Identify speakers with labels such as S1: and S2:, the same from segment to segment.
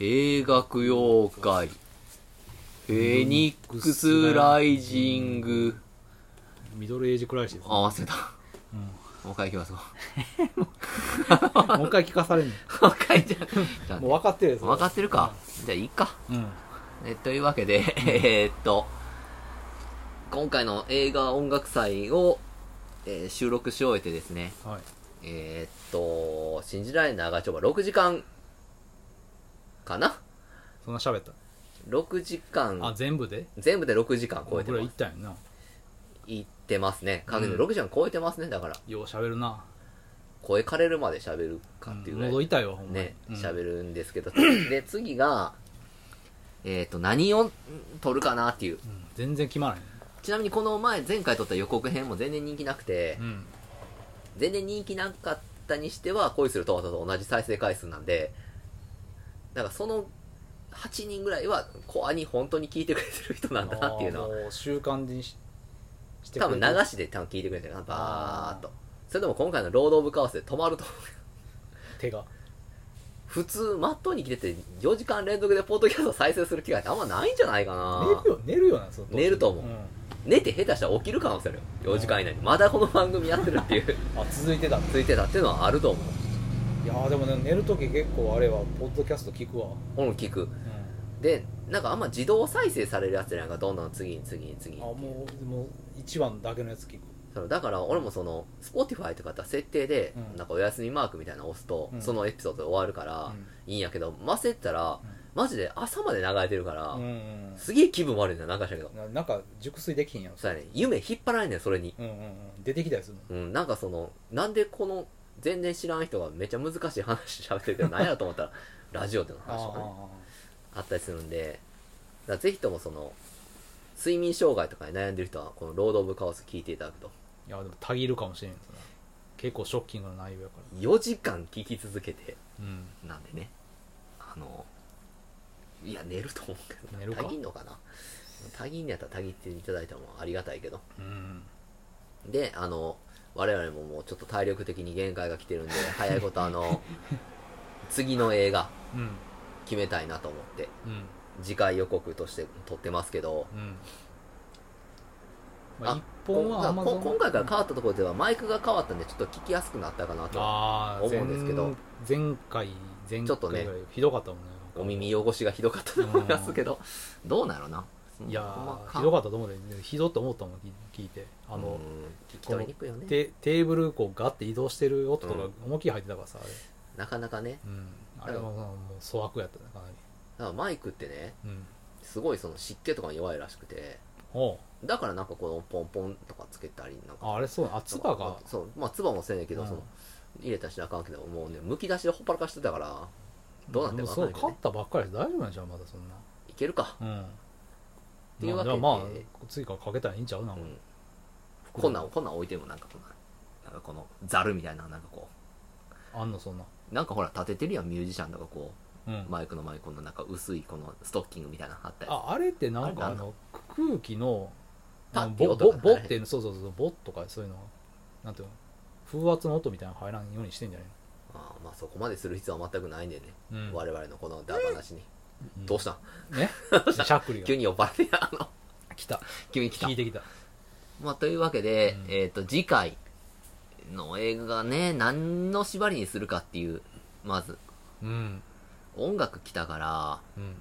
S1: 映楽妖怪、フェニックスライジング、
S2: ミドルエイジクライシス。
S1: 合わせた。
S2: うん
S1: もう一回いきますわ。
S2: もう一回聞かされ ん
S1: もう一回じゃじゃ
S2: の。
S1: あ
S2: もう分かってるやつ。
S1: 分かってるか。じゃあいいか。
S2: うん。
S1: えというわけで、 えーっと、今回の映画音楽祭を、えー収録し終えてですね、
S2: はい。
S1: えーっと、信じられない長丁場、6時間、かな
S2: そんな喋った。
S1: ?6 時
S2: あ、
S1: 間、
S2: 全部で
S1: 全部で6時間超えて
S2: これ
S1: ま
S2: 行っ
S1: す。
S2: たんやな。
S1: 行ってますね。完全に
S2: うん
S1: 6時間超えてますね、だから。
S2: よう喋るな。
S1: 声枯れるまで喋るかっていうぐらい。
S2: 喉痛いわ、ほんまに
S1: ね。、喋
S2: る。
S1: るんですけど、で、次が、えっ、と、何を撮るかなっていう。
S2: うん全然決まらへん。
S1: ちなみにこの前、前回撮った予告編も全然人気なくて
S2: う、ん。
S1: 全然人気なかったにしては、恋するトマトと同じ再生回数なんで、だからその8人ぐらいは、コアに本当に聞いてくれてる人なんだなっていうのは、
S2: は。もう習慣にしして
S1: 多分
S2: い
S1: 流しで多分聞いてくれてるな、バーっと。それでも今回のロード・オブ・カオスで止まると思う
S2: 手が。
S1: 普通、マットに来てて4時間連続でポッドキャスト再生する機会ってあんまないんじゃないかな
S2: 寝るよ、寝るよな、その
S1: 寝ると思うん寝て下手したら起きる可能性あるよ4時間以内にまだこの番組やってるっていう
S2: あ、続いてた。い
S1: ついてたっていうのはあると思う
S2: やーでもね、寝るとき結構あれは、ポッドキャスト聞くわ。
S1: 俺も聞く
S2: うん。
S1: でなんかあんま自動再生されるやつじゃないかどんどん次に次に次
S2: あ、
S1: に
S2: もう、もう、一番だけのやつ聞く。
S1: そのだから俺もその Spotify とかだったら設定で、
S2: うん
S1: なんかお休みマークみたいなの押すと、
S2: うん
S1: そのエピソードで終わるから、
S2: うん
S1: いいんやけど忘れてたらマジで朝まで流れてるから、
S2: うんうん
S1: すげえ気分悪いんだよなんかしたけど
S2: ななんか熟睡できひんやん
S1: そうやね夢引っ張られんねんそれに
S2: うんうんうん出てきたりする
S1: うん、なんかその、なんでこの、全然知らん人がめっちゃ難しい話喋ってるけ ど、何やろと思ったら、ラジオでの話とかね、
S2: あ
S1: あったりするんで、だからぜひともその、睡眠障害とかに悩んでる人は、このロード・オブ・カオス聞いていただくと。
S2: いやでもたぎるかもしれんすな結構ショッキングな内容やから
S1: 4時間聞き続けて、
S2: うん
S1: なんでね、あの、いや、寝ると思うけど、
S2: 寝るか
S1: たぎんのかなたぎんのやったらたぎっていただいたのもありがたいけど。
S2: うん
S1: で、あの、我々ももうちょっと体力的に限界が来てるんで、早いことあ の、次の映画、
S2: うん
S1: 決めたいなと思って
S2: うん
S1: 次回予告として撮ってますけど
S2: うん
S1: あ
S2: まあ一本はアマ
S1: 今
S2: ゾン
S1: 回今回から変わったところではマイクが変わったんでちょっと聞きやすくなったかなと
S2: ああ
S1: 思うんですけど
S2: 前前回前
S1: ちょっと
S2: 回
S1: ね
S2: ぐらいひどかったもんね
S1: お耳汚しがひどかったと思いますけどどうなのない
S2: や
S1: ほんま
S2: ー
S1: か
S2: ひどかったと思うでひどって思ったもん聞聞いてあ
S1: う
S2: の
S1: ん聞き取りにくいよね
S2: テテーブルこうガッて移動してる音とか
S1: うん
S2: 思いっきり入ってたからさあれ
S1: なかなかね
S2: うんあれはもうもう粗悪やったねかな
S1: だからマイクってね
S2: りうん
S1: すごいその湿気とかに弱いらしくて
S2: おう
S1: だからなんかこのポンポンとかつけたりなんか
S2: ああれそうあつばが
S1: そうまあ唾もせんねんけど、
S2: うん
S1: その入れたしなあかんけどもうねむき出しでほっぱらかしてたからどうなってるか分か
S2: そ
S1: ん
S2: う
S1: ないけど
S2: 勝
S1: ね
S2: ったばっかりで大丈夫なんじゃんまだそんない
S1: けるか
S2: うん
S1: ていうわけで
S2: まあじゃあまあ追加かけたらいいんちゃうな、
S1: う
S2: これ
S1: ん、こんなんこんなん置いてもなんかこんななんかこのザルみたいななんかこ
S2: あんのそんな
S1: うなんかほら立ててるやんミュージシャンとかこ
S2: うん、
S1: うマイクの前このなんか薄いこのストッキングみたいなのあったり
S2: ああれってなんか
S1: あ
S2: あ
S1: れなん
S2: の空気の
S1: パッ
S2: あの
S1: て
S2: ボ
S1: 音
S2: ボ
S1: が
S2: ボってそうそうそうボとかそういうのなんていうの風圧の音みたいなの入らんようにしてんじゃない
S1: あーまあそこまでする必要は全くないんでね、
S2: の、うん、
S1: 我々のこのダバなしに、どうしたたん
S2: ねしゃっくり
S1: 急
S2: が
S1: に呼ばれて あの
S2: 来た
S1: 君来た
S2: 聞いてきた
S1: まあというわけで、
S2: うん
S1: えっ、と次回の映画がね何の縛りにするかっていうまず
S2: うん
S1: 音楽来たから
S2: うん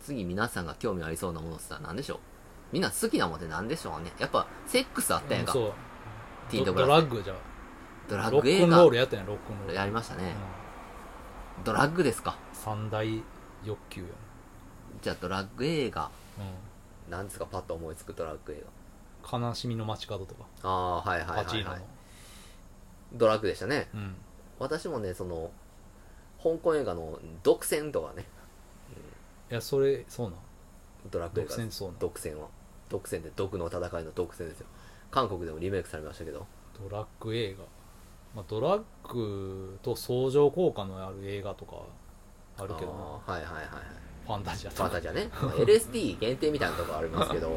S1: 次皆さんが興味ありそうなものって言ったら何でしょうみんな好きなものって何でしょうねやっぱセックスあったやん
S2: うん
S1: か、
S2: そう
S1: ティー
S2: ド
S1: トブラ
S2: ド
S1: ス
S2: ラッグじゃ
S1: ド
S2: あ
S1: ラッ
S2: ロ
S1: グ
S2: ック
S1: 映
S2: ンロール
S1: 画
S2: やったやんロックンロール
S1: やりましたね、
S2: うん
S1: ドラッグですか
S2: 三大欲求や
S1: じゃあドラッグ映画
S2: な、
S1: なんですかパッと思いつくドラッグ映
S2: 悲しみの街角とか、
S1: 画ああはいはい
S2: パチ
S1: は
S2: ー
S1: い、
S2: ノ
S1: はい
S2: の、、
S1: ドラッグでしたね
S2: うん、
S1: 私もねその香港映画の独占とかね
S2: いやそれそうなん
S1: ドラッグ映
S2: 独
S1: 画
S2: 占そうなんド
S1: 独占は独占で毒の戦いの独占ですよ韓国でもリメイクされましたけど
S2: ラッグ映画、まあ、ドラッグと相乗効果のある映画とかあるけどな
S1: あーはいはいはいはい
S2: ファンタジアと
S1: ま
S2: か
S1: たじゃね、まあ LSD 限定みたいなとこありますけ どう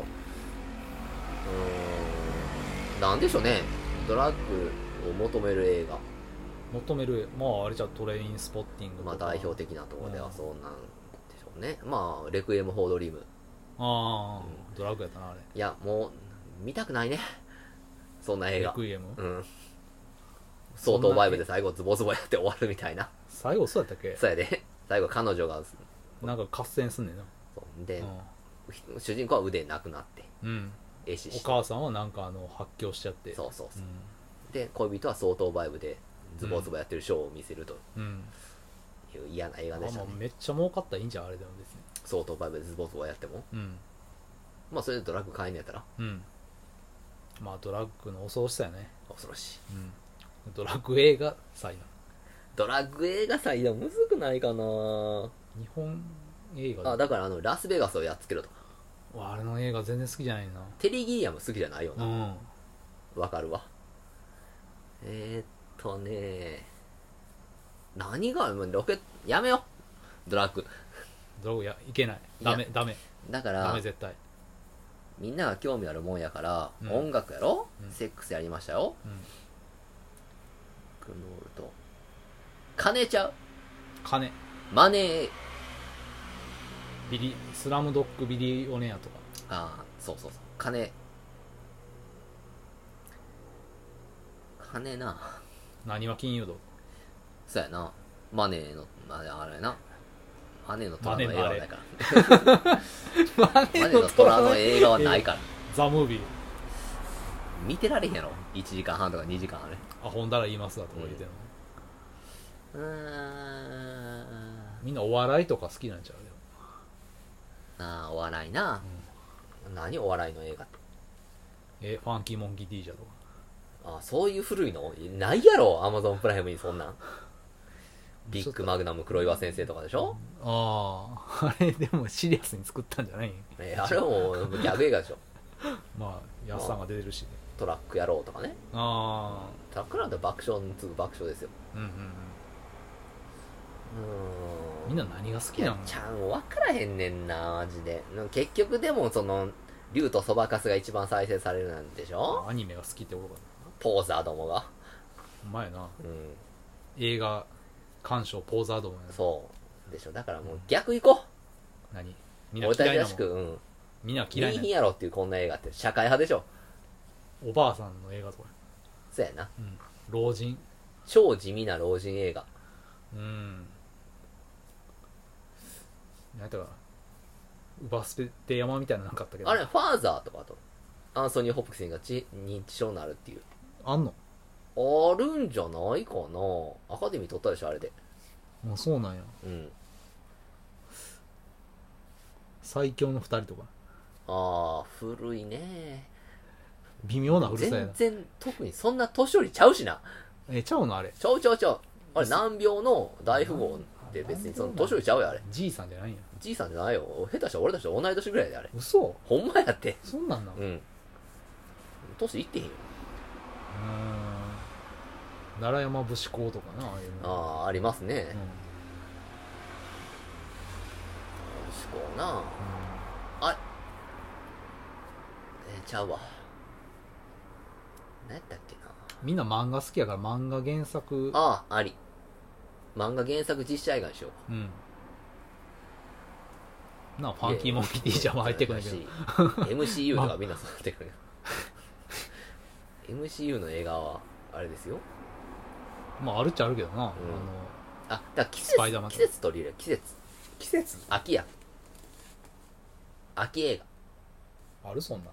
S1: ーんなんでしょうねドラッグを求める映画
S2: 求めるまああれじゃトレインスポッティングと
S1: まあ
S2: か、
S1: 代表的なところで
S2: う
S1: は
S2: ん
S1: そうなんでしょうね、まあレクイエム・フォード・リーム
S2: ああ、ドラッグやったなあれ
S1: いやもう見たくないねそんな映
S2: レ
S1: 画
S2: クイエム
S1: うん相当バイブで最後ズボズボやって終わるみたいな
S2: 最後そうやったっけ
S1: そうやで最後彼女が
S2: なんか合戦すんねんな、
S1: そうで、
S2: う
S1: 主人公は腕なくなって
S2: んうん、
S1: 壊死
S2: お
S1: して
S2: 母さんはなんかあの発狂しちゃって
S1: そうそうそううんで恋人は相当バイブでズボズボやってるショーを見せると
S2: うん
S1: いう嫌な映
S2: あ
S1: 画でし
S2: ま
S1: た
S2: あ
S1: ね
S2: めっちゃ儲かったらいいんじゃんあれでも別に
S1: 相当バイブでズボズボやっても
S2: うん
S1: まあそれでドラッグ買えんのやったら
S2: うんまあドラッグの恐ろしさやね、
S1: 恐ろしい
S2: うん、ドラッグ映画祭の
S1: ドラッグ映画祭でもむずくないかな
S2: 日本映画
S1: あだからあのラスベガスをやっつけろとか
S2: わあれの映画全然好きじゃないな
S1: テリー・ギリアム好きじゃないよ
S2: う
S1: なんわかるわえー、っとね何がもうロケやめようドラッグ
S2: ドラッグやいけないダメダメ
S1: だか
S2: ダ
S1: ら
S2: メ絶対
S1: みんなが興味あるもんやから、
S2: うん
S1: 音楽やろ、
S2: うん
S1: セックスやりましたよ
S2: うん
S1: クノールと金ちゃう
S2: 金
S1: マネー
S2: ビリスラムドッグビリオネアとか
S1: ああそうそうそう金金な
S2: 何は金融道
S1: そうやなマネーのまああれやなマネーの虎の映画はないから
S2: マ
S1: マネーの虎の映画は ないから
S2: ザ・ムービー
S1: 見てられへんやろ1時間半とか2時間あれ
S2: あほんだら言いますだとか言うてんの、
S1: うーん
S2: みんなお笑いとか好きなんちゃうでも
S1: ああお笑いな、何お笑いの映画って
S2: えファンキーモンキー D じゃとか
S1: ああそういう古いのないやろアマゾンプライムにそんなんビッグマグナム黒岩先生とかでしょ、
S2: あ ああれでもシリアスに作ったんじゃないん
S1: えーあれはもうギャグ映画でしょ
S2: まあ安さんが出てるしね
S1: トラック野郎とかね
S2: あ
S1: トラックなんて爆笑の次爆笑ですよ
S2: あうんうんうん
S1: うー
S2: みんな何が好
S1: い
S2: きな
S1: や
S2: の
S1: ちゃん分からへんねんなマジで結局でもその竜とそばかすが一番再生されるなんでしょ
S2: アニメが好きってことかな
S1: ポーザーどもが
S2: ほんまやな
S1: うん
S2: 映画鑑賞ポーザードもやな
S1: そうでしょだからもう逆行こ
S2: 何
S1: う
S2: みんな
S1: 俺た
S2: 嫌
S1: ち
S2: い
S1: ら
S2: な
S1: し
S2: も
S1: く
S2: ん
S1: うん
S2: みんな
S1: 見
S2: 嫌
S1: え
S2: い
S1: へん
S2: な
S1: やろっていうこんな映画って社会派でしょ
S2: おばあさんの映画とか、
S1: そうやな
S2: うん、老人
S1: 超地味な老人映画
S2: うん何やったかなウバスペテ山みたいなのなかったけど
S1: あれファーザーとかとアンソニー・ホプキンスが知認知症になるっていう
S2: あんの
S1: あるんじゃないかなアカデミー取ったでしょあれで
S2: あそうなんや
S1: うん
S2: 最強の二人とか
S1: ああ古いね
S2: 微妙なうるさい
S1: 全
S2: な
S1: 然特にそんな年寄りちゃうしな
S2: えちゃうのあれ
S1: ちょうちょうちょうあれ難病の大富豪って別にその年寄りちゃうよあれ
S2: じいさんじゃないんや
S1: じいさんじゃないよ下手したら俺たちと同い年ぐらいであれ
S2: 嘘
S1: ほんまやって
S2: そんなんな
S1: う
S2: の
S1: ん年いってへんよ
S2: うん奈良山武士講とかなああいうの
S1: ああありますね
S2: うんうん
S1: 思考なえーちゃうわ何やったっけな
S2: みんな漫画好きやから漫画原作
S1: あああり漫画原作実写映画にしよう
S2: うんなあファンキーモンキー D じゃも入ってくるんだけど
S1: MCU とかみんなそうなってくる MCU の映画はあれですよ
S2: まああるっちゃあるけどな、あの
S1: あだから季
S2: スパイダーマ
S1: 節
S2: ン
S1: 季節取り入れる季節季節秋や秋映画
S2: あるそんな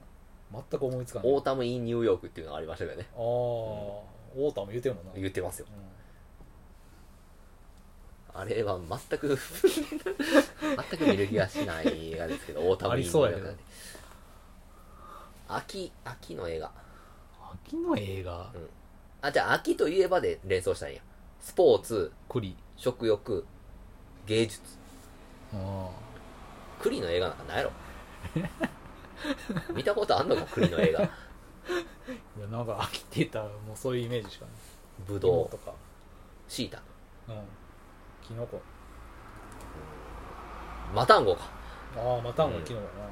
S2: の全く思いつ
S1: 「
S2: かない
S1: オ
S2: あ
S1: ータム・イン・ニューヨーク」っていうのがありましたけどね
S2: あーオータも言うてんもんな、うん
S1: 言ってますよあれは全く 全く見る気がしない映画ですけど大田
S2: ありそうやけど
S1: 秋秋の映画
S2: 秋の映画
S1: うんあじゃあ秋といえばで連想したんやスポーツ
S2: 栗
S1: 食欲芸術
S2: あ
S1: 栗の映画なんかないやろ見たことあんのか栗の映画
S2: あいやなんか秋って言ったらもうそういうイメージしかない
S1: ぶ
S2: 芋
S1: どう
S2: とか
S1: シイタ
S2: うんキノコ
S1: マタンゴか
S2: ああまたん
S1: う
S2: も
S1: ん
S2: キノコだな、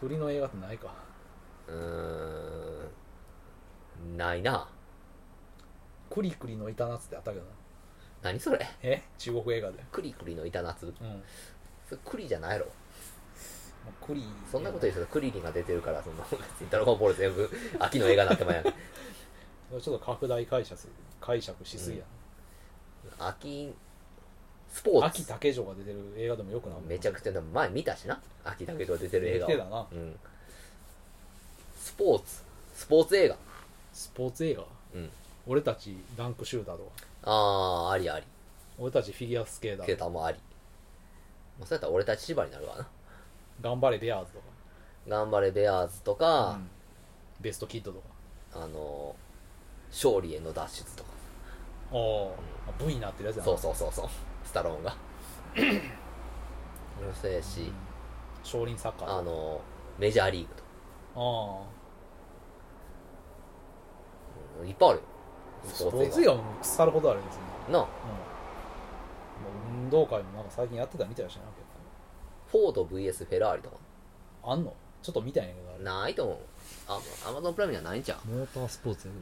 S2: 栗の映画ってないか
S1: うーんないな
S2: クリクリの板夏ってあったけどな
S1: 何それ
S2: え中国映画で
S1: クリクリの板夏
S2: うん、ま
S1: それクリじゃないやろ
S2: あ、クリ
S1: そんなこと言うとクリリンが出てるからその別にドラゴンボール全部秋の映画になってまうやん
S2: ちょっと拡大解釈解釈しすぎや、
S1: 秋スポー
S2: 秋
S1: ツ
S2: 竹城が出てる映画でもよくない
S1: めちゃくちゃでも前見たしな秋だけど出てる映画を
S2: 見てたな
S1: うん、スポーツスポーツ映画
S2: スポーツ映画
S1: うん
S2: 俺たちダンクシューターとか
S1: ああありあり
S2: 俺たちフィギュアスケータ
S1: ケー
S2: ー
S1: タもありもうそうやったら俺たち縛りになるわな
S2: 頑張れベアーズとか
S1: 頑張れベアーズとか、
S2: うんベストキッドとか
S1: あの勝利への脱出とか
S2: ああ、V になってるやつやな
S1: そうそうそうそうスタローン がうるせえし
S2: 少林サッカー
S1: あ
S2: とか
S1: のメジャーリーグとか
S2: あ
S1: うんいっぱいあるよ
S2: あスポーツ映画も腐るほどあるんですね、
S1: なあ
S2: うん、もう運動会もなんか最近やってたみたいだしな結
S1: フォード VS フェラーリとか
S2: 構あんのちょっと見たいんやけどあれ
S1: ないと思うあアマゾンプライムにはないんちゃう
S2: モータースポーツやけ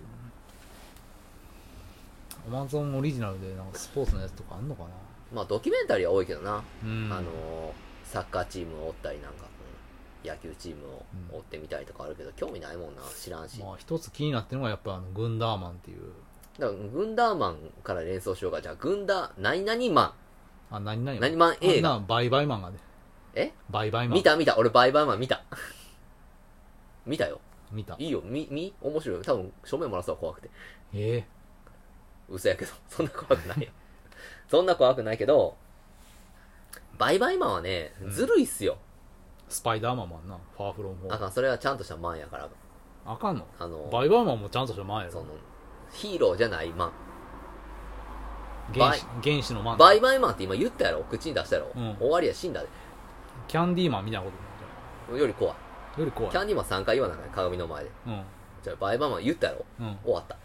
S2: どアマゾンオリジナルでなんかスポーツのやつとかあんのかな
S1: まあドキュメンタリーは多いけどな、
S2: うん
S1: あのサッカーチームを追ったりなんか、うん野球チームを追ってみたりとかあるけど、興味ないもんな知らんし、
S2: まあ一つ気になってるのがやっぱあのグンダーマンっていう
S1: だからグンダーマンから連想しようかじゃあグンダー何々マ
S2: あ何々
S1: 何マン映画
S2: あんなバイバイマンがね
S1: ンえ
S2: バイバイマン
S1: 見た見た俺バイバイマン見た見たよ
S2: 見た
S1: いいよ見見面白いよ多分正面もらすわ怖くて
S2: ええ
S1: 嘘やけど そんな怖くないよそんな怖くないけどバイバイマンはね
S2: うん
S1: ずるいっすよ、
S2: スパイダーマンもあんなファーフロムホー
S1: あ
S2: ム
S1: かんそれはちゃんとしたマンやから
S2: あかんの
S1: あの
S2: バイバイマンもちゃんとした前や
S1: その
S2: ろ
S1: ヒーローじゃないマン
S2: 原始原始のマン
S1: バイバイマンって今言ったやろ口に出したやろ、
S2: うん
S1: 終わりや死んだで
S2: キャンディーマンみたいなこと
S1: より怖い
S2: より怖い
S1: キャンディーマン3回言わなあかん鏡の前で
S2: うん
S1: じゃあバイバイマン言ったやろ
S2: うん
S1: 終わった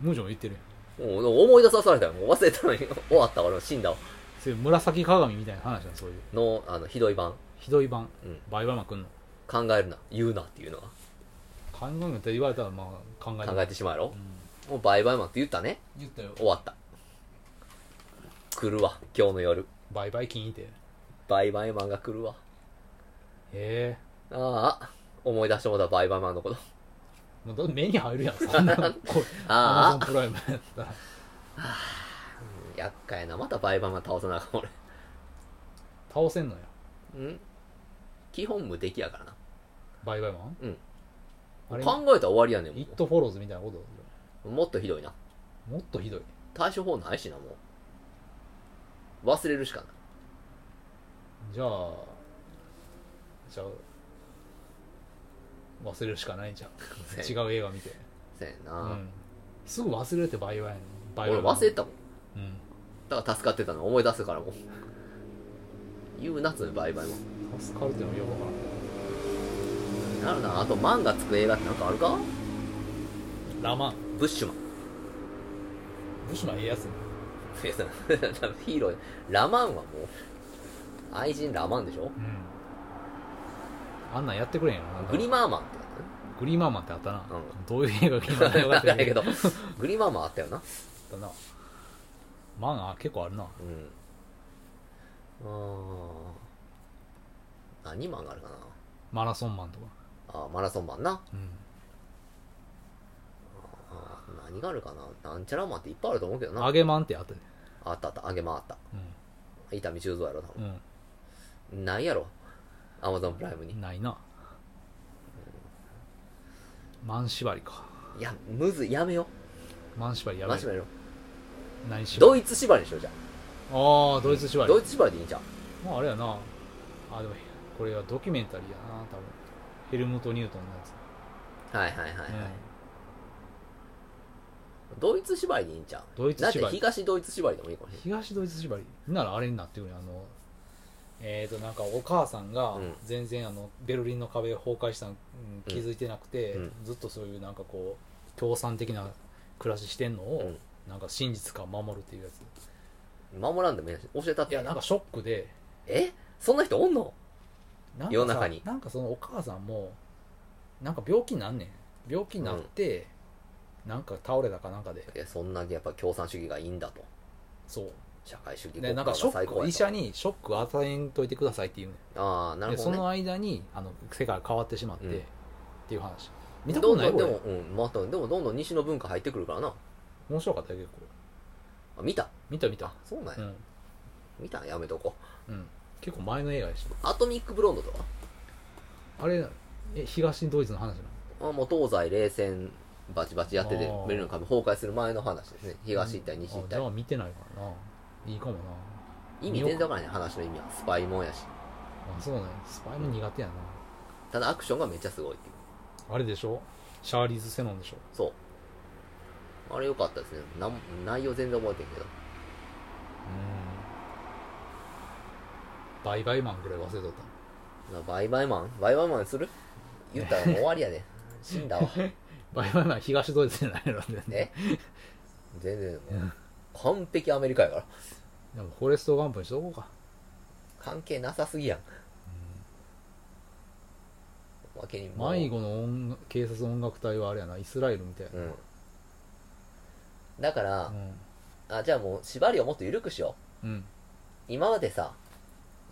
S2: ムジョン言ってるやん
S1: もう思い出さされたよもう忘れたのに 終わった俺も死んだわ
S2: そういう紫鏡みたいな話なんそういう
S1: のあのひどい版
S2: ひどい版、
S1: うん
S2: バイバイマン来んの
S1: 考えるな言うなっていうのは
S2: 考えるって言われたらまあ考え
S1: 考えてしまうやろ
S2: う、ん、
S1: もうバイバイマンって言ったね
S2: 言ったよ
S1: 終わった来るわ今日の夜
S2: バイバイ金いてへ
S1: バイバイマンが来るわ
S2: え
S1: ああ思い出してもらったバイバイマンのこと
S2: もうだ目に 入るやんそんなこうア
S1: あ
S2: マゾンプライムやったら
S1: あ厄介なまたバイバイマン倒さなあかん俺
S2: 倒せんのや
S1: うん基本無敵やからな
S2: バイバイマン
S1: うん
S2: あれ
S1: 考えたら終わりやねんも
S2: イットフォローズみたいなこと
S1: うもっとひどいな
S2: もっとひどい
S1: 対処法ないしなもう忘れるしかない
S2: じゃあじゃあ忘れるしかないんじゃん
S1: せ
S2: 違
S1: や
S2: う映画見て、
S1: せやな、
S2: うん、すぐ忘れるってバイバイやねんバイバ
S1: 俺
S2: イマン
S1: 忘れてたもん
S2: うん
S1: だから助かってたの思い出すからもう言うなっつうのバイバイも
S2: 助かるっていうのはよくわからん
S1: なるなあと漫画つく映画ってなんかあるか
S2: ラマン
S1: ブッシュマン
S2: ブシュマンええや つ
S1: いやそのヒーローラマンはもう愛人ラマンでしょ
S2: うんあんなんやってくれんやろなんか
S1: グリマーマンって
S2: グリーマーマンってあったな、
S1: う
S2: どういう映画が今
S1: や
S2: か
S1: つねわかん ないけ
S2: ど
S1: どグリマーマンあったよな
S2: あったなマンあ結構ある
S1: う
S2: な
S1: ん。ああ。何マンがあるかな
S2: マラソンマンとか
S1: あーマラソンマンな。
S2: うん
S1: あー何があるかななんちゃらマンっていっぱいあると思うけどな。
S2: 揚げマンってあったで
S1: あったあった、あげまんあった。伊丹十三やろ、多
S2: うん、
S1: 分。ないやろ。アマゾンプライム
S2: う
S1: に
S2: ん、。ないなマン縛りか
S1: いや、むずい、やめよ。
S2: マン縛りや
S1: マ
S2: ばい
S1: ジめろ。
S2: 何縛り
S1: ドイツ縛りでしょ、じゃ
S2: ああドイツ縛
S1: あ。
S2: り
S1: ドイツ縛りでいいんちゃう
S2: まああれやなあでもこれはドキュメンタリーやな多分ヘルムト・ニュートンのやつ、
S1: はいはいはいは
S2: うん
S1: い。ドイツ縛りでいいんちゃう
S2: ドイツ
S1: だって
S2: 縛り
S1: 東ドイツ縛りでもいいかもし
S2: 東ドイツ縛りならあれになってくるよあのえー、となんかお母さんが
S1: うん
S2: 全然あのベルリンの壁崩壊したのうん気づいてなくて、
S1: うん
S2: ずっとそういうなんかこう共産的な暮らししてんの
S1: れ
S2: を
S1: ん。
S2: なんか真実か守るっていうやつ
S1: うん。守らんでもいいし、教えたっ
S2: い
S1: て。
S2: やなんかショックで
S1: えそんな人おんの
S2: なんかさ
S1: 世の中に
S2: なんかそのお母さんもなんか病気なんねん病気になって、なんか倒れたかなんかで
S1: いやそんなにやっぱ共産主義がいいんだと
S2: そう
S1: 社会主義
S2: で
S1: 国
S2: な
S1: 家
S2: んか
S1: が
S2: ショ
S1: 最
S2: ッ
S1: 高
S2: ク
S1: や
S2: 医
S1: と
S2: 者にショック与えんといてくださいっていうね
S1: ああなる
S2: で
S1: ほど
S2: そ
S1: ね
S2: の間にあの世界が変わってしまって、
S1: うん
S2: っていう話見たこ
S1: ど
S2: と
S1: ん
S2: な
S1: ど
S2: い
S1: ん
S2: こ
S1: で
S2: れ
S1: も、うん、またでもどんどん西の文化入ってくるからな
S2: 面白かったよ結構
S1: あ見た
S2: 見た見た
S1: あそうなん
S2: う
S1: や、
S2: ん、
S1: 見たやめとこう
S2: うん、結構前の映画でし
S1: アトミックブロンドと
S2: たあれえ東ドイツの話なの
S1: はあもう東西冷戦バチバチやってて
S2: あー
S1: ベルリンの壁崩壊する前の話ですね東行ったり西行っ
S2: あ
S1: た
S2: じ
S1: り
S2: ゃあ見てないからないいかもな
S1: 意味全然わからない話の意味はスパイもんやし
S2: あそうねスパイも苦手やな、
S1: ただアクションがめっちゃすごいっていう
S2: あれでしょシャーリーズ・セノンでしょ
S1: そうあれ良かったですねなん内容全然覚えてんけど
S2: うんバイバイマンぐらい忘れとっ
S1: なバイバイマンバイバイマンする言ったらもう終わりや で死んだわ
S2: たバイバイマン東ドイツじゃないのでね
S1: え全然もう完璧アメリカやから
S2: でもフォレスト・ガンプにしとこうか
S1: 関係なさすぎやんわけにも
S2: 迷子の音楽警察音楽隊はあれやなイスラエルみたいな、
S1: うんだから、
S2: うん
S1: あじゃあもう縛りをもっと緩くしよう
S2: うん
S1: 今までさ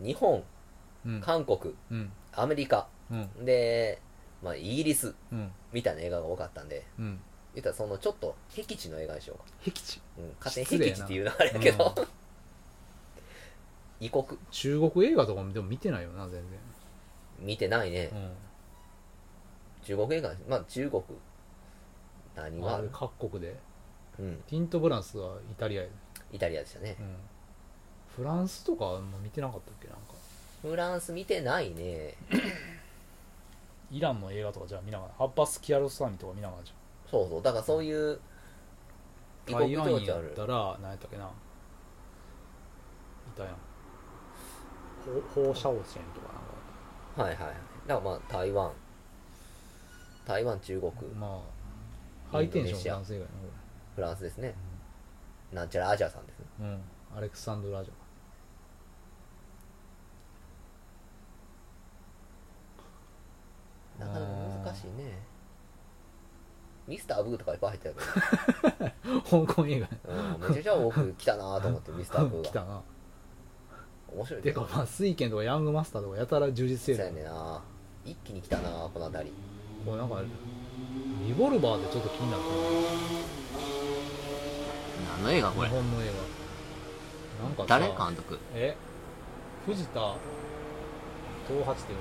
S1: 日本
S2: うん
S1: 韓国
S2: うん
S1: アメリカ
S2: うん
S1: で、まあ、イギリス
S2: うん
S1: みたいな映画が多かったんで
S2: うん
S1: 言ったらそのちょっと僻地の映画にしようか、
S2: 僻地
S1: うん、勝手
S2: 失
S1: に
S2: 礼
S1: 僻地
S2: な
S1: っていうのはあれやけど、
S2: う
S1: 異国
S2: 中国映画とかもでも見てないよな全
S1: 見てないね、
S2: 然、
S1: 中国映画まあ中国何
S2: うん、
S1: が
S2: あ
S1: あ
S2: れ
S1: る
S2: 各国で
S1: うん
S2: ティント・ブランスはイタリアやで、
S1: イタリアでしたね
S2: うん、フランスとかも見てなかったっけなんか
S1: フランス見てないね
S2: イランの映画とかじゃあ見ながらアッバス・キアロスワミとか見ながらじゃん
S1: そうそうだからそういう異国
S2: 台
S1: 情
S2: 湾
S1: 緒
S2: や
S1: あ
S2: っ
S1: る
S2: たら何やったっけないたやん放放射線とかな
S1: はいはいはいだからまあ台湾台湾中国
S2: んかまあハイテンションの男性が
S1: フランスですねなんちゃらアジアさんですね
S2: うんアレクサンドラ・ジョ
S1: なかなか難しいねミスターブーとかいっぱい入ってた
S2: 香港映画
S1: けど、うん、めちゃくちゃ多く来たなと思 ってミスターブ
S2: 来
S1: ー
S2: た
S1: が
S2: な
S1: 面白い
S2: てかまあ水拳とかヤングマスターとかやたら充実して
S1: そう
S2: る
S1: やねんな一気に来たなこの辺り
S2: これなんかリボルバーでちょっと気になるけ
S1: 何の映画
S2: ど日本の映画なんかさ
S1: 督
S2: え藤田東八っていうのかもしれない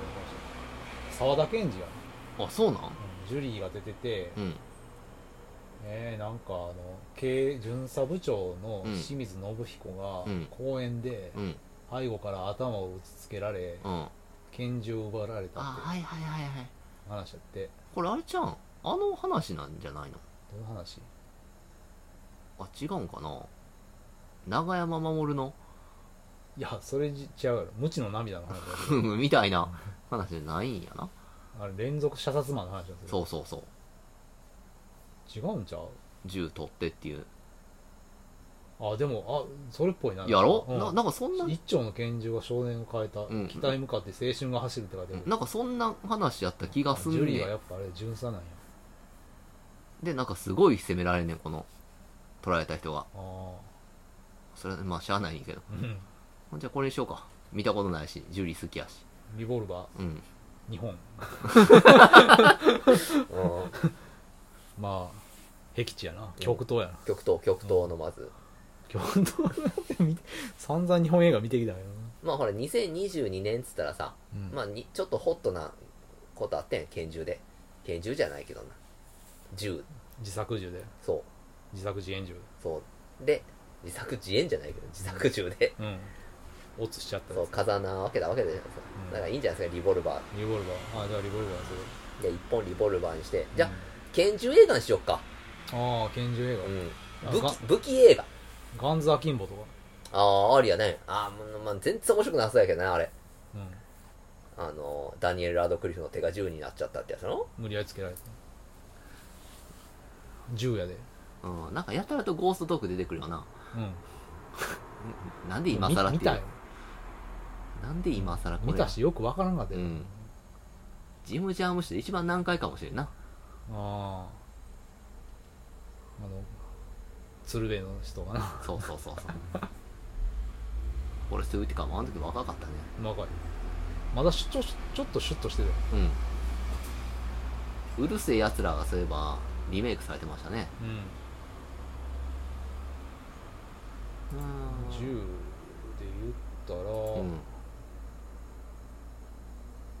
S2: 沢田研二や、
S1: あそうなん
S2: うんジュリーが出てて、
S1: うん
S2: えーなんかあの経巡査部長の
S1: うん
S2: 清水信彦が
S1: うん
S2: 公園で
S1: うん
S2: 背後から頭を打ちつけられ
S1: うん
S2: 拳銃を奪われたって
S1: いはいはいはい
S2: 話やって
S1: これあれちゃんあの話なんじゃないの
S2: どの話
S1: あ違うんかな長山守の
S2: いやそれじ違うやろ無知の涙の話だ けど
S1: みたいな話じゃないんやな
S2: あれ連続射殺魔の話だ
S1: そうそうそう
S2: 違うんちゃう
S1: 銃取ってっていう
S2: あでもあそれっぽいな
S1: やろ、
S2: うん
S1: ななんかそんな
S2: 一丁の拳銃が少年を変えた、
S1: ん
S2: 北へ向かって青春が走るって書いてある、
S1: なんかそんな話やった気がす
S2: ジュ
S1: ん
S2: リ
S1: ね
S2: ーはや
S1: ん
S2: っぱあれ巡査なんや
S1: でなんかすごい責められんねんこの取られた人が
S2: あ
S1: それはまあしゃあないねんけど
S2: あうん
S1: ほんじゃこれにしようか見たことないしジュリー好きやし
S2: リボルバ
S1: うん
S2: ー日本まあ僻地やな極東やな、
S1: 極東極東のまず、
S2: 極東なんて見て散々日本映画見てきたけどな
S1: まあほら2022年っつったらさ、
S2: うん
S1: まあにちょっとホットなことあってん拳銃で拳銃じゃないけどな銃
S2: 自作銃で
S1: そう
S2: 自作自演銃で
S1: そうで自作自演じゃないけど自作銃で、
S2: うんオツしちゃった
S1: そ
S2: や
S1: う
S2: つ
S1: 風穴分けたわけじゃないですか、
S2: うん
S1: だからいいんじゃないですかリボルバ
S2: リボルバーあじゃあリボルバーそれ
S1: ーで一本リボルバーにしてじゃあ、
S2: うん
S1: 拳銃映画にしよっか、
S2: ああ拳銃映
S1: うん、
S2: 画、
S1: 武
S2: ガ
S1: 器武器映画
S2: ガンズ・アキンボとか、
S1: ああありやねああ、まあ、全然面白くなさそうやけどねあれ
S2: うん、
S1: あのダニエル・ラドクリフの手が銃になっちゃったってやつなの
S2: 無理やりつけられた銃やで
S1: うん、なんかやたらとゴーストトーク出てくるよな。
S2: うん
S1: なんで
S2: 見見たよ
S1: なんで今更
S2: 見たしよくわからんかったよ、
S1: うんジム・ジャームシで一番難解かもしれんな
S2: あああの鶴瓶の人がな
S1: そうそうそう そう俺そういうてかもうあの時若かったね
S2: 若いまだしちょちょっとシュッとしてるよ
S1: うんうるせえやつらがそういえばリメイクされてましたね
S2: うん10で言ったら、
S1: うん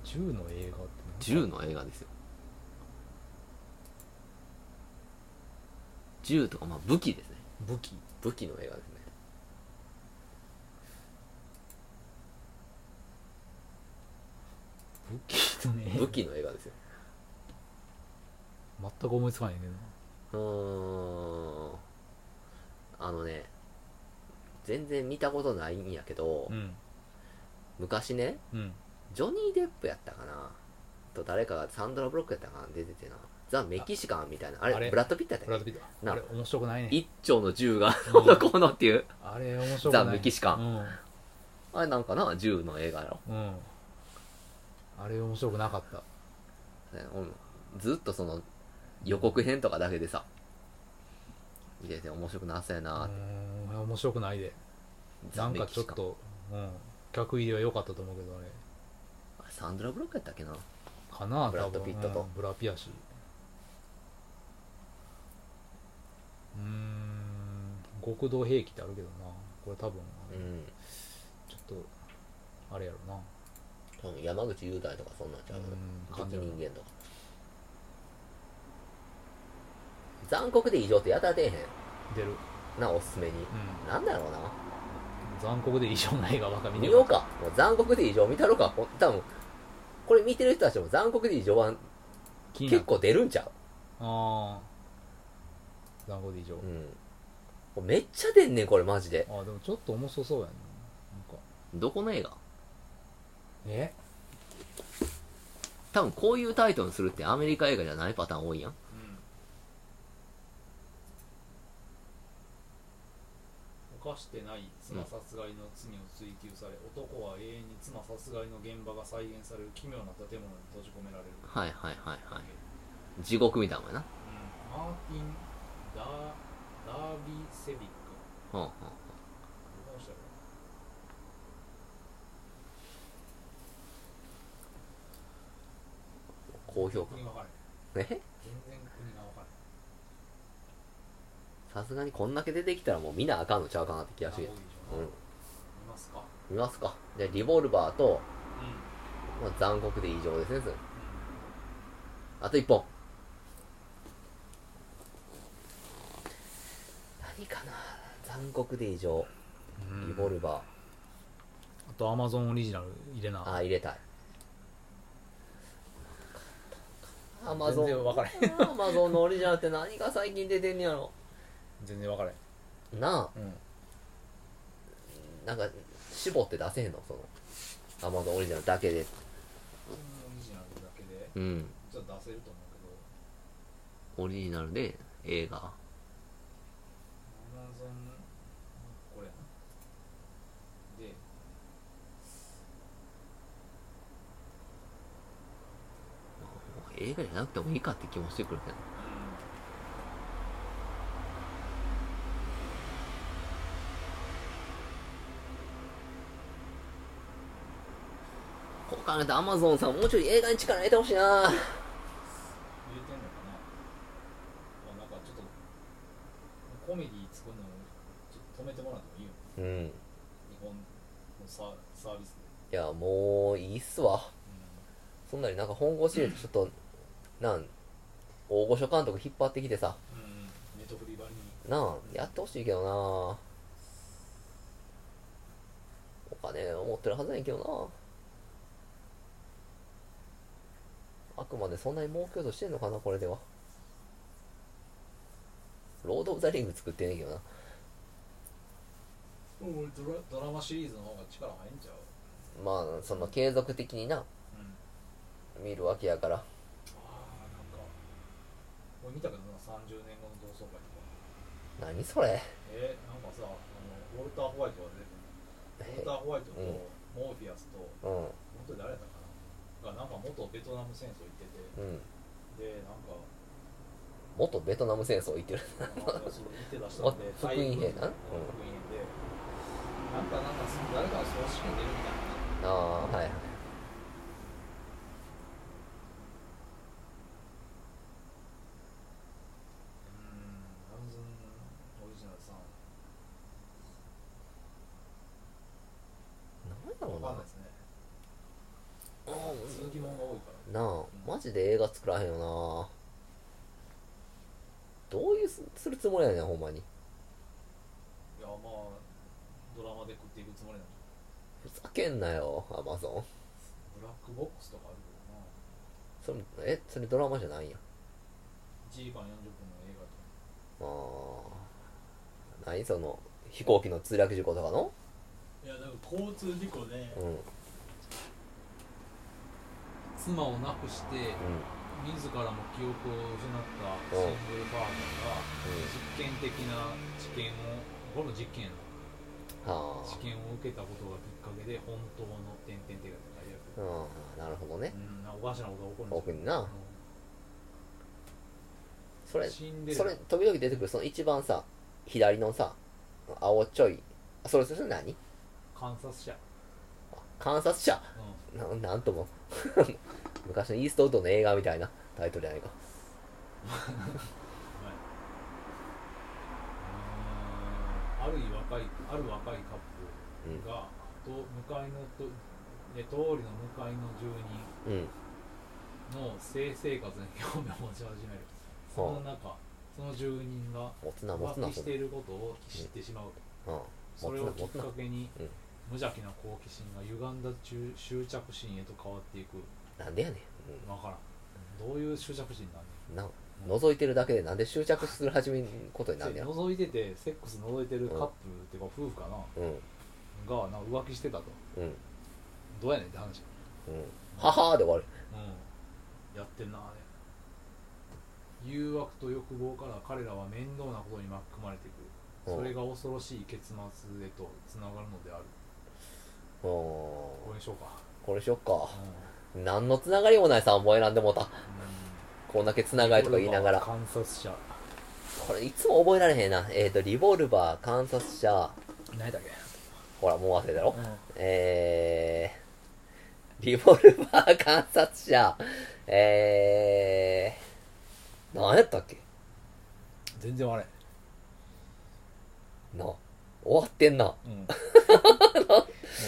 S2: 10の映画って
S1: 銃の映画ですよ銃とかまあ武器ですね
S2: 武器
S1: 武器の映画ですね
S2: 武器とね
S1: 武器の映画ですよ
S2: 全く思いつかないけど
S1: うーんあのね全然見たことないんやけど、
S2: うん
S1: 昔ね
S2: うん
S1: ジョニー・デップやったかなと誰かがサンドラ・ブロックやったかな出ててなザ・メキシカンみたいなあれ
S2: あれ
S1: ブラッド・ピットやったっ
S2: ブ
S1: け
S2: ラッドピット
S1: な
S2: あれ面白くないね
S1: 一丁の銃が
S2: うん
S1: どうのこうのっていう
S2: あれ面白くない
S1: ザメキシカ
S2: ン
S1: あれなんかな銃の映画やろ
S2: うん、うん、あれ面白くなかった
S1: ねうんずっとその予告編とかだけでさ見てて面白くなさや
S2: う
S1: な、
S2: ーん面白くないで
S1: ザ
S2: なんかちょ
S1: メ
S2: っ
S1: キシ
S2: と、うん、客入りは良かったと思うけどあれ
S1: カンあれサンドラ・ブロックやったっけな
S2: かな
S1: ブラッド
S2: 多分
S1: ピットと
S2: うんブラピアシうーん極道兵器ってあるけどなこれ多分
S1: うん
S2: ちょっとあれやろな
S1: 多分山口雄大とかそんなんちゃう
S2: うん
S1: 敵人間とか残酷で異常ってやたら出えへん
S2: 出る、
S1: なおすすめに
S2: うん、
S1: なんだろうな
S2: 残酷で異常な映画ばっか見て
S1: 見
S2: る
S1: ようかもう残酷で異常見たろうかほん多分これ見てる人たちも残酷で異常は
S2: 気になる
S1: 結構出るんちゃう
S2: ああ残酷で異常、
S1: うんこれめっちゃ出んねんこれマジで
S2: ああでもちょっと重そうそうやななんか
S1: どこの映画
S2: え
S1: 多分こういうタイトルにするってアメリカ映画じゃないパターン多いやん
S2: 犯してない妻殺害の罪を追及され、男は永遠に妻殺害の現場が再現される奇妙な建物に閉じ込められる、
S1: はいはいはいはい地獄みたいなもんやな
S2: うん、マーティン・ダーダービセビッ
S1: う
S2: ク
S1: んうんうん
S2: この人やろ
S1: 高評価
S2: 国が分からへん
S1: え
S2: 全然国が分からへん
S1: さすがにこんだけ出てきたらもう見なあかんのちゃうかなって気がして
S2: 多い
S1: き
S2: で
S1: た
S2: しょ
S1: うん
S2: いますか
S1: 見ますかじゃあリボルバーと、
S2: うん、
S1: まあ、残酷で異常ですねそれあと1本何かな残酷で異常リボルバー、
S2: あとアマゾンオリジナル入れな
S1: あー入れたいアマゾ
S2: 全
S1: ン
S2: 然分からへん
S1: アマゾンのオリジナルって何が最近出てんねやろ
S2: 全然分からへん
S1: な
S2: うん
S1: あなんか絞って出せへんのそのアマゾンオリジナルだけで
S2: オリジナルだけで
S1: うん
S2: ちょっと出せると思うけど
S1: オリジナルで映画
S2: アマゾンこれやなで
S1: 映画じゃなくてもいいかって気もしてくるけどこう考えたらアマゾンさんもうちょい映画に力入れてほしいな
S2: 入れてんのかな、まあ、なんかちょっとコメディ作るのちょっと止めてもらってもいいよ
S1: うん
S2: 日本のサーサービスで、
S1: いやもういいっすわ
S2: う
S1: そんなになんか本腰入れてちょっとなん大御所監督引っ張ってきてさ
S2: んうん、ネットフリーバリに
S1: なあやってほしいけどなお金持ってるはずないけどなあくまでそんなに儲けようとしてんのかなこれではロード・オブ・ザ・リング作ってんねんけどな
S2: 俺ドラドラマシリーズの方が力入んちゃう、
S1: まあその継続的にな
S2: うん、
S1: 見るわけやから
S2: ああなんか俺見たけどな30年後の同窓会とか
S1: 何それ
S2: えー、なんかさあのウォルター・ホワイトが出てくるウォルター・ホワイトと
S1: うん
S2: モーフィアスと、
S1: うん
S2: 本当に誰だったかながなんか元ベトナム戦争行って
S1: う
S2: て
S1: ん
S2: でなんか
S1: 元ベトナム戦争行ってる
S2: あのその手出したんで
S1: お福音兵な
S2: うん福音兵でなんかなんかその誰かがそう仕組んでるみたいな
S1: ああはいはい
S2: うんラムズンオリジナルさんわ
S1: なんやろうな
S2: かんないですね続
S1: う
S2: きもんが多いから
S1: んなあマジで映画作らへんよなどういうすするつもりやねんほんまに
S2: いやまあドラマで食っていくつもりなんじゃない
S1: ふざけんなよアマゾン
S2: ブラックボックスとかあるけどな
S1: それえそれドラマじゃないんや
S2: 1時間40分の映画とか
S1: ああ何その飛行機の墜落事故とかの
S2: いやでも交通事故で
S1: うんうん
S2: 妻を亡くして自らも記憶を失ったシングルファーザーが実験的な知見をこれも実験やな
S1: うんは
S2: 試験を受けたことがきっかけで本当の点々点が大
S1: あ
S2: 学
S1: うんなるほどね
S2: うんなんかおかしなことが起こ
S1: 奥
S2: るんですよ
S1: になそれ
S2: 死んでる
S1: それ時々出てくるその一番さ左のさ青ちょいあそれそれ何
S2: 観察者、
S1: 観察者
S2: う
S1: ななんとも 昔のイーストウッドの映画みたいなタイトルじゃないか
S2: んはい、ある若いある若いカッ
S1: う
S2: プルが、と向かいのとえ通りの向かいの住
S1: ん
S2: 人
S1: うん
S2: の性生活に興味を持ち始めるその中その住人が
S1: 持つな持つ
S2: 浮
S1: な
S2: 気し
S1: そ
S2: て
S1: れ
S2: いることを知ってしまうと
S1: うん
S2: それをきっかけに
S1: うん
S2: 無邪気な好奇心が歪んだ中執着心へと変わっていく
S1: なんでやね
S2: 分からんどういう執着心な
S1: ん、
S2: んね
S1: うん、な覗いてるだけでなんで執着する始めることになるんや
S2: ん覗いててセックス覗いてるカップルっていうか夫婦かな
S1: うんうん
S2: がなんか浮気してたと
S1: うん
S2: どうやねんって話
S1: ははーで終わる
S2: うんやってんなあれ誘惑と欲望から彼らは面倒なことに巻き込まれていく
S1: うん
S2: それが恐ろしい結末へとつながるのである
S1: うん
S2: これにしようか
S1: これしよっか
S2: うん
S1: 何のつながりもない3本選んでもうた
S2: うん
S1: こんだけつながりとか言いながら
S2: 観察者
S1: これいつも覚えられへんな。えっ、と、リボルバー、観察者、
S2: 何だっけ
S1: ほら、もう忘れたろ、
S2: う
S1: えー、リボルバー、観察者、えー、何やったっけ
S2: ん全然悪
S1: な、終わってんな。
S2: い、 うん、もう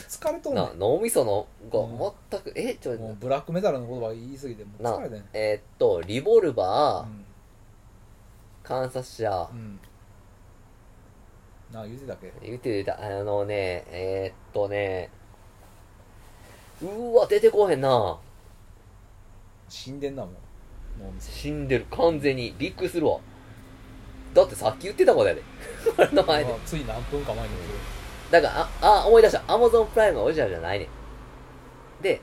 S2: 疲れとんね
S1: な、脳みその、
S2: うん
S1: ご、全く、え、ちょ
S2: ん、もうブラックメタルの言葉言い過ぎてもう
S1: な
S2: 疲れてんねん、
S1: えーっと、リボル
S2: う
S1: バ
S2: ん
S1: ー、観察者
S2: う、ん、なあ言うてたっけ
S1: 言ってた、あのね、えーっとね、うーわ、出てこうへんな。
S2: 死んでんなもう脳みそ
S1: 死んでる完全にびっくりするわだってさっき言ってたことやで これの前で
S2: まあつい何分か前に
S1: だからああ思い出した Amazon プライムがオリジナルじゃないねんで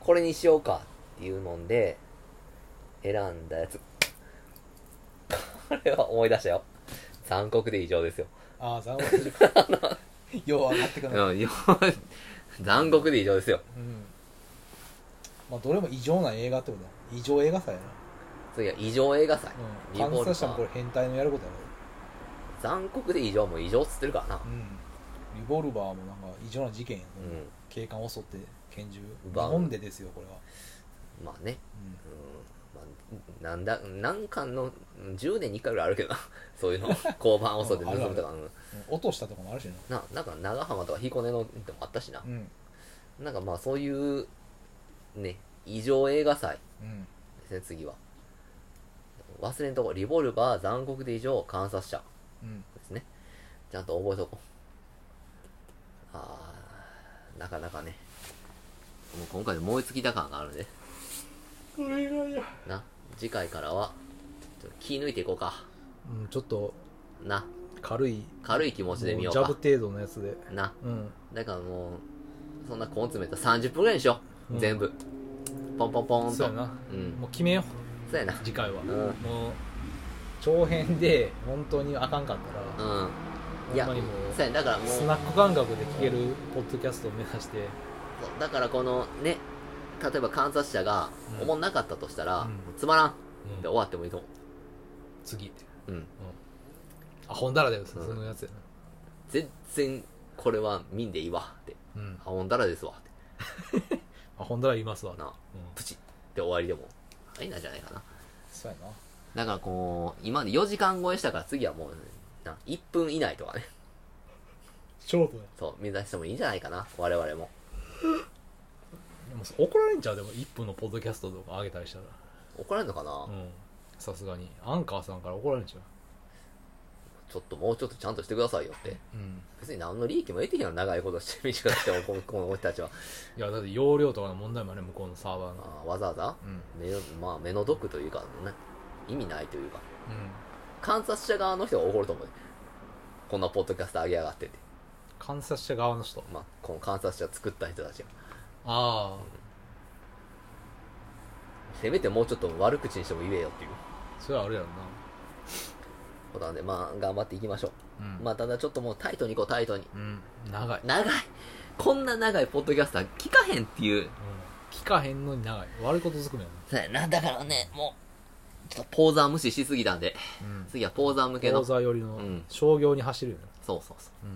S1: これにしようかっていうので選んだやつこれは思い出したよ残酷で異常ですよ、
S2: ああ残酷時よう上がってくる、うん
S1: うんよ 残酷で異常ですよ
S2: まあ、どれも異常な映画ってことだ異常映画祭や
S1: 次は異常映画祭
S2: な、うん、
S1: リボルバ
S2: 観
S1: ー
S2: 察者もこれ変態のやることやろ
S1: 残酷で異常も異常っつってるからな
S2: うんリボルバーもなんか異常な事件やな、
S1: う
S2: 警官を襲って拳銃日
S1: バン
S2: 本でですよこれは、
S1: んまあね
S2: う
S1: う
S2: ん
S1: んまあ、なんだ、なんかの、うん10年に1回ぐらいあるけどな、 そういうの、交番遅で盗むとか、うん
S2: 落としたとかもあるしね
S1: ななんか長浜とか彦根のでもあったしな
S2: う、ん
S1: なんかまあそういう、ね、異常映画祭
S2: うん
S1: ですね、次は。忘れんとこ、リボルバー、残酷で異常、観察者
S2: うん
S1: ですね。ちゃんと覚えとこう。あー、なかなかね、もう今回で燃え尽きた感があるんで、
S2: これがや
S1: な、次回からは、ちょっと気抜いていこうか。
S2: うんちょっと
S1: な。
S2: 軽い
S1: 軽い気持ちで見よう
S2: も
S1: か
S2: ジャブ程度のやつで
S1: な
S2: うん
S1: だからもうそんなコン詰めたら30分ぐらいにしよう、
S2: うん
S1: 全部ポンポンポンと
S2: そうやな
S1: うん
S2: もう決めよう
S1: そうやな
S2: 次回は、
S1: ん
S2: もう長編で本当にあかんかったら、
S1: うんい
S2: ほ
S1: や
S2: ん
S1: そ
S2: ま
S1: う
S2: にもう
S1: やだからもう
S2: スナック感覚で聴けるポッドキャストを目指して、
S1: そうだからこのね例えば観察者が
S2: うん
S1: おもんなかったとしたら、
S2: うん
S1: つまらん
S2: うん
S1: で終わってもいいと思う
S2: 次って
S1: うん
S2: あほんだらだよそ
S1: うん
S2: のやつや
S1: 全然これは見んでいいわって
S2: なうん
S1: あほんだらですわって
S2: あほんだら言いますわ
S1: な
S2: うん
S1: プチって終わりでもありなんじゃないかな
S2: そうやな
S1: だからこう今まで4時間超えしたから次はもうな1分以内とかね
S2: ショートや
S1: そう目指してもいいんじゃないかな我々も
S2: でも怒られんちゃうでも1分のポッドキャストとか上げたりしたら
S1: 怒られるのかな、
S2: うんさすがにアンカーさんから怒られんちゃう
S1: ちょっともうちょっとちゃんとしてくださいよって
S2: うん
S1: 別に何の利益も得てへんの長いことして短 くしてもこのこの人たちはい
S2: やだって容量とかの問題もあるね向こうのサーバーの
S1: あーわざわざ
S2: うんうん
S1: 目の,、まあ、目の毒というか、ね、意味ないというか観察者側の人が怒ると思うこんなポッドキャスト上げやがってって、
S2: 観察者側の人
S1: まあ、この観察者作った人たちが
S2: ああ
S1: せめてもうちょっと悪口にしても言えよっていう
S2: それはあるやろ
S1: ことなんでまあ頑張っていきましょ
S2: な
S1: う、
S2: うん
S1: まあただちょっともうタイトにいこうタイトに
S2: うん長い
S1: 長いこんな長いポッドキャストは聞かへんっていう
S2: 聞かへんのに長い悪いことずくめや
S1: そうやなだからねもうちょっとポーザー無視しすぎたんで
S2: なうん
S1: 次はポーザー向けの
S2: 講
S1: そう
S2: 座寄り
S1: う
S2: の
S1: ん
S2: 商業に走るよね
S1: そうそう、
S2: うん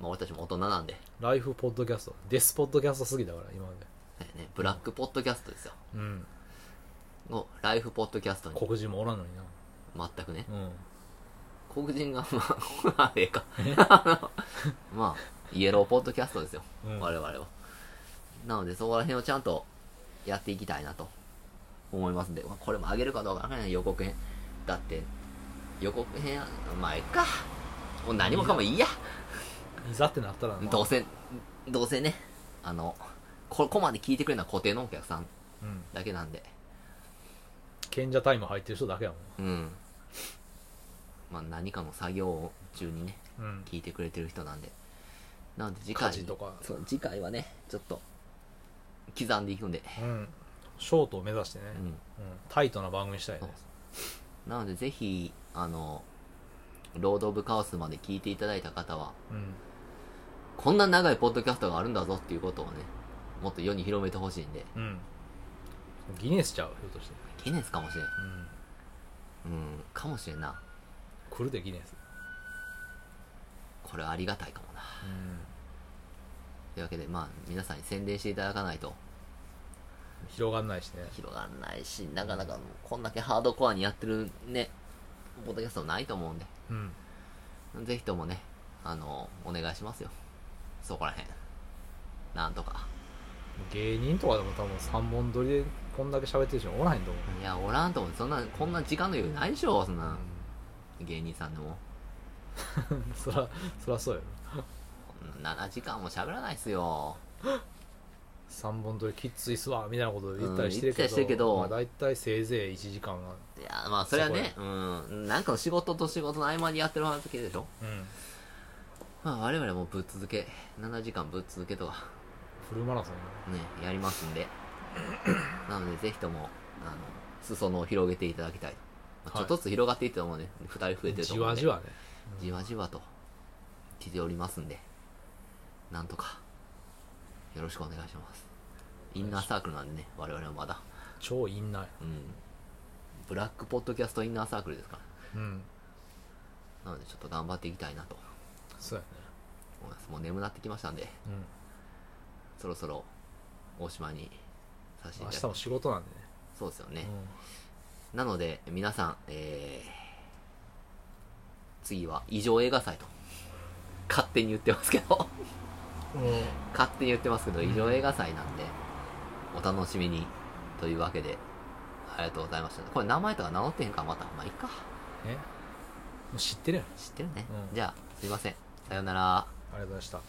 S1: まあ、俺たちも大人なんで
S2: ライフポッドキャストデスポッドキャストすぎだから今まで
S1: そうやねブラックポッドキャストですよ
S2: うん
S1: のライフポッドキャストに
S2: 黒人もおらんのにな
S1: 全くね
S2: うん
S1: 黒人がまあまあええ かまあイエローポッドキャストですよ、
S2: うん
S1: 我々はなのでそこら辺をちゃんとやっていきたいなと思いますんでまあこれも上げるかどうかわからない予告編だって予告編まあええかもう何もかもいいや
S2: いざってなったらな
S1: どうせどうせねあのここまで聞いてくれるのは固定のお客さん
S2: うん
S1: だけなんで
S2: 賢者タイム入ってる人だけやも
S1: うんまあ何かの作業中にね
S2: んうん
S1: 聞いてくれてる人なんでなんで次
S2: 家
S1: 回
S2: 事とか
S1: そう次回はねちょっと刻んでいくんで、
S2: うんショートを目指してね
S1: う、ん、
S2: うんタイトな番組したいね
S1: なのでぜひあのロード・オブ・カオスまで聞いていただいた方は
S2: うん
S1: こんな長いポッドキャストがあるんだぞっていうことをねもっと世に広めてほしいんで
S2: うんギネスちゃうひょっとして
S1: ギネスかもしれん
S2: うん
S1: うんかもしれんな
S2: 来るでギネス
S1: これはありがたいかもな
S2: うん
S1: というわけでまあ皆さんに宣伝していただかないと
S2: 広がんないしね
S1: 広がんないしなかなかもうこんだけハードコアにやってるねポッドキャストないと思うんで
S2: うん
S1: ぜひともねあのお願いしますよそこらへんなんとか
S2: 芸人とかでも多分3本撮りでこんだけ喋ってる人おらへんと思う、
S1: いやおらんと思うそんなこんな時間の余裕ないでしょそん
S2: う
S1: な芸人さんでも
S2: ん、 そらそらそうやろ
S1: こんな7時間も喋らないっすよ
S2: 3本撮りきっついっすわみたいなこと言ったりしてるけ
S1: うん言ったり
S2: ど,、
S1: してるけど
S2: まあ、大体せいぜい1時間は、
S1: いやまあそれはねうんなんかの仕事と仕事の合間にやってるわけでしょ
S2: うん、
S1: まあ我々もぶっ続け7時間ぶっ続けとか
S2: フルマラソン
S1: ねやりますん でなのでぜひともあの裾野を広げていただきたいと、まあ
S2: は
S1: ちょ
S2: い
S1: っとずつ広がっていってもね2人増え
S2: ね
S1: てると
S2: じ
S1: 思う
S2: わ
S1: んで
S2: じわね
S1: じわじわと来ておりますんでなんとかよろしくお願いしますインナーサークルなんでね我々はまだ
S2: 超インナーや
S1: うんブラックポッドキャストインナーサークルですか
S2: うん
S1: らなのでちょっと頑張っていきたいなと
S2: そうや
S1: 思いますもう眠なってきましたんで
S2: ね、
S1: そろそろおしまいにさせ
S2: う
S1: てい
S2: ん、明
S1: ただき
S2: 日
S1: ま
S2: も
S1: す
S2: 仕事なんでね、
S1: そうですよね、
S2: う
S1: なので、皆さん、えー、次は異常映画祭と。勝手に言ってますけど、
S2: んうん、
S1: 勝手に言ってますけど、異常映画祭なんで、お楽しみに。というわけで、ありがとうございました。これ名前とか名乗ってへんからまた。まあ、いいか。
S2: えもう知ってるやんあ
S1: 知ってるね。
S2: うん
S1: じゃあ、すいません。さようなら。
S2: りがとうございました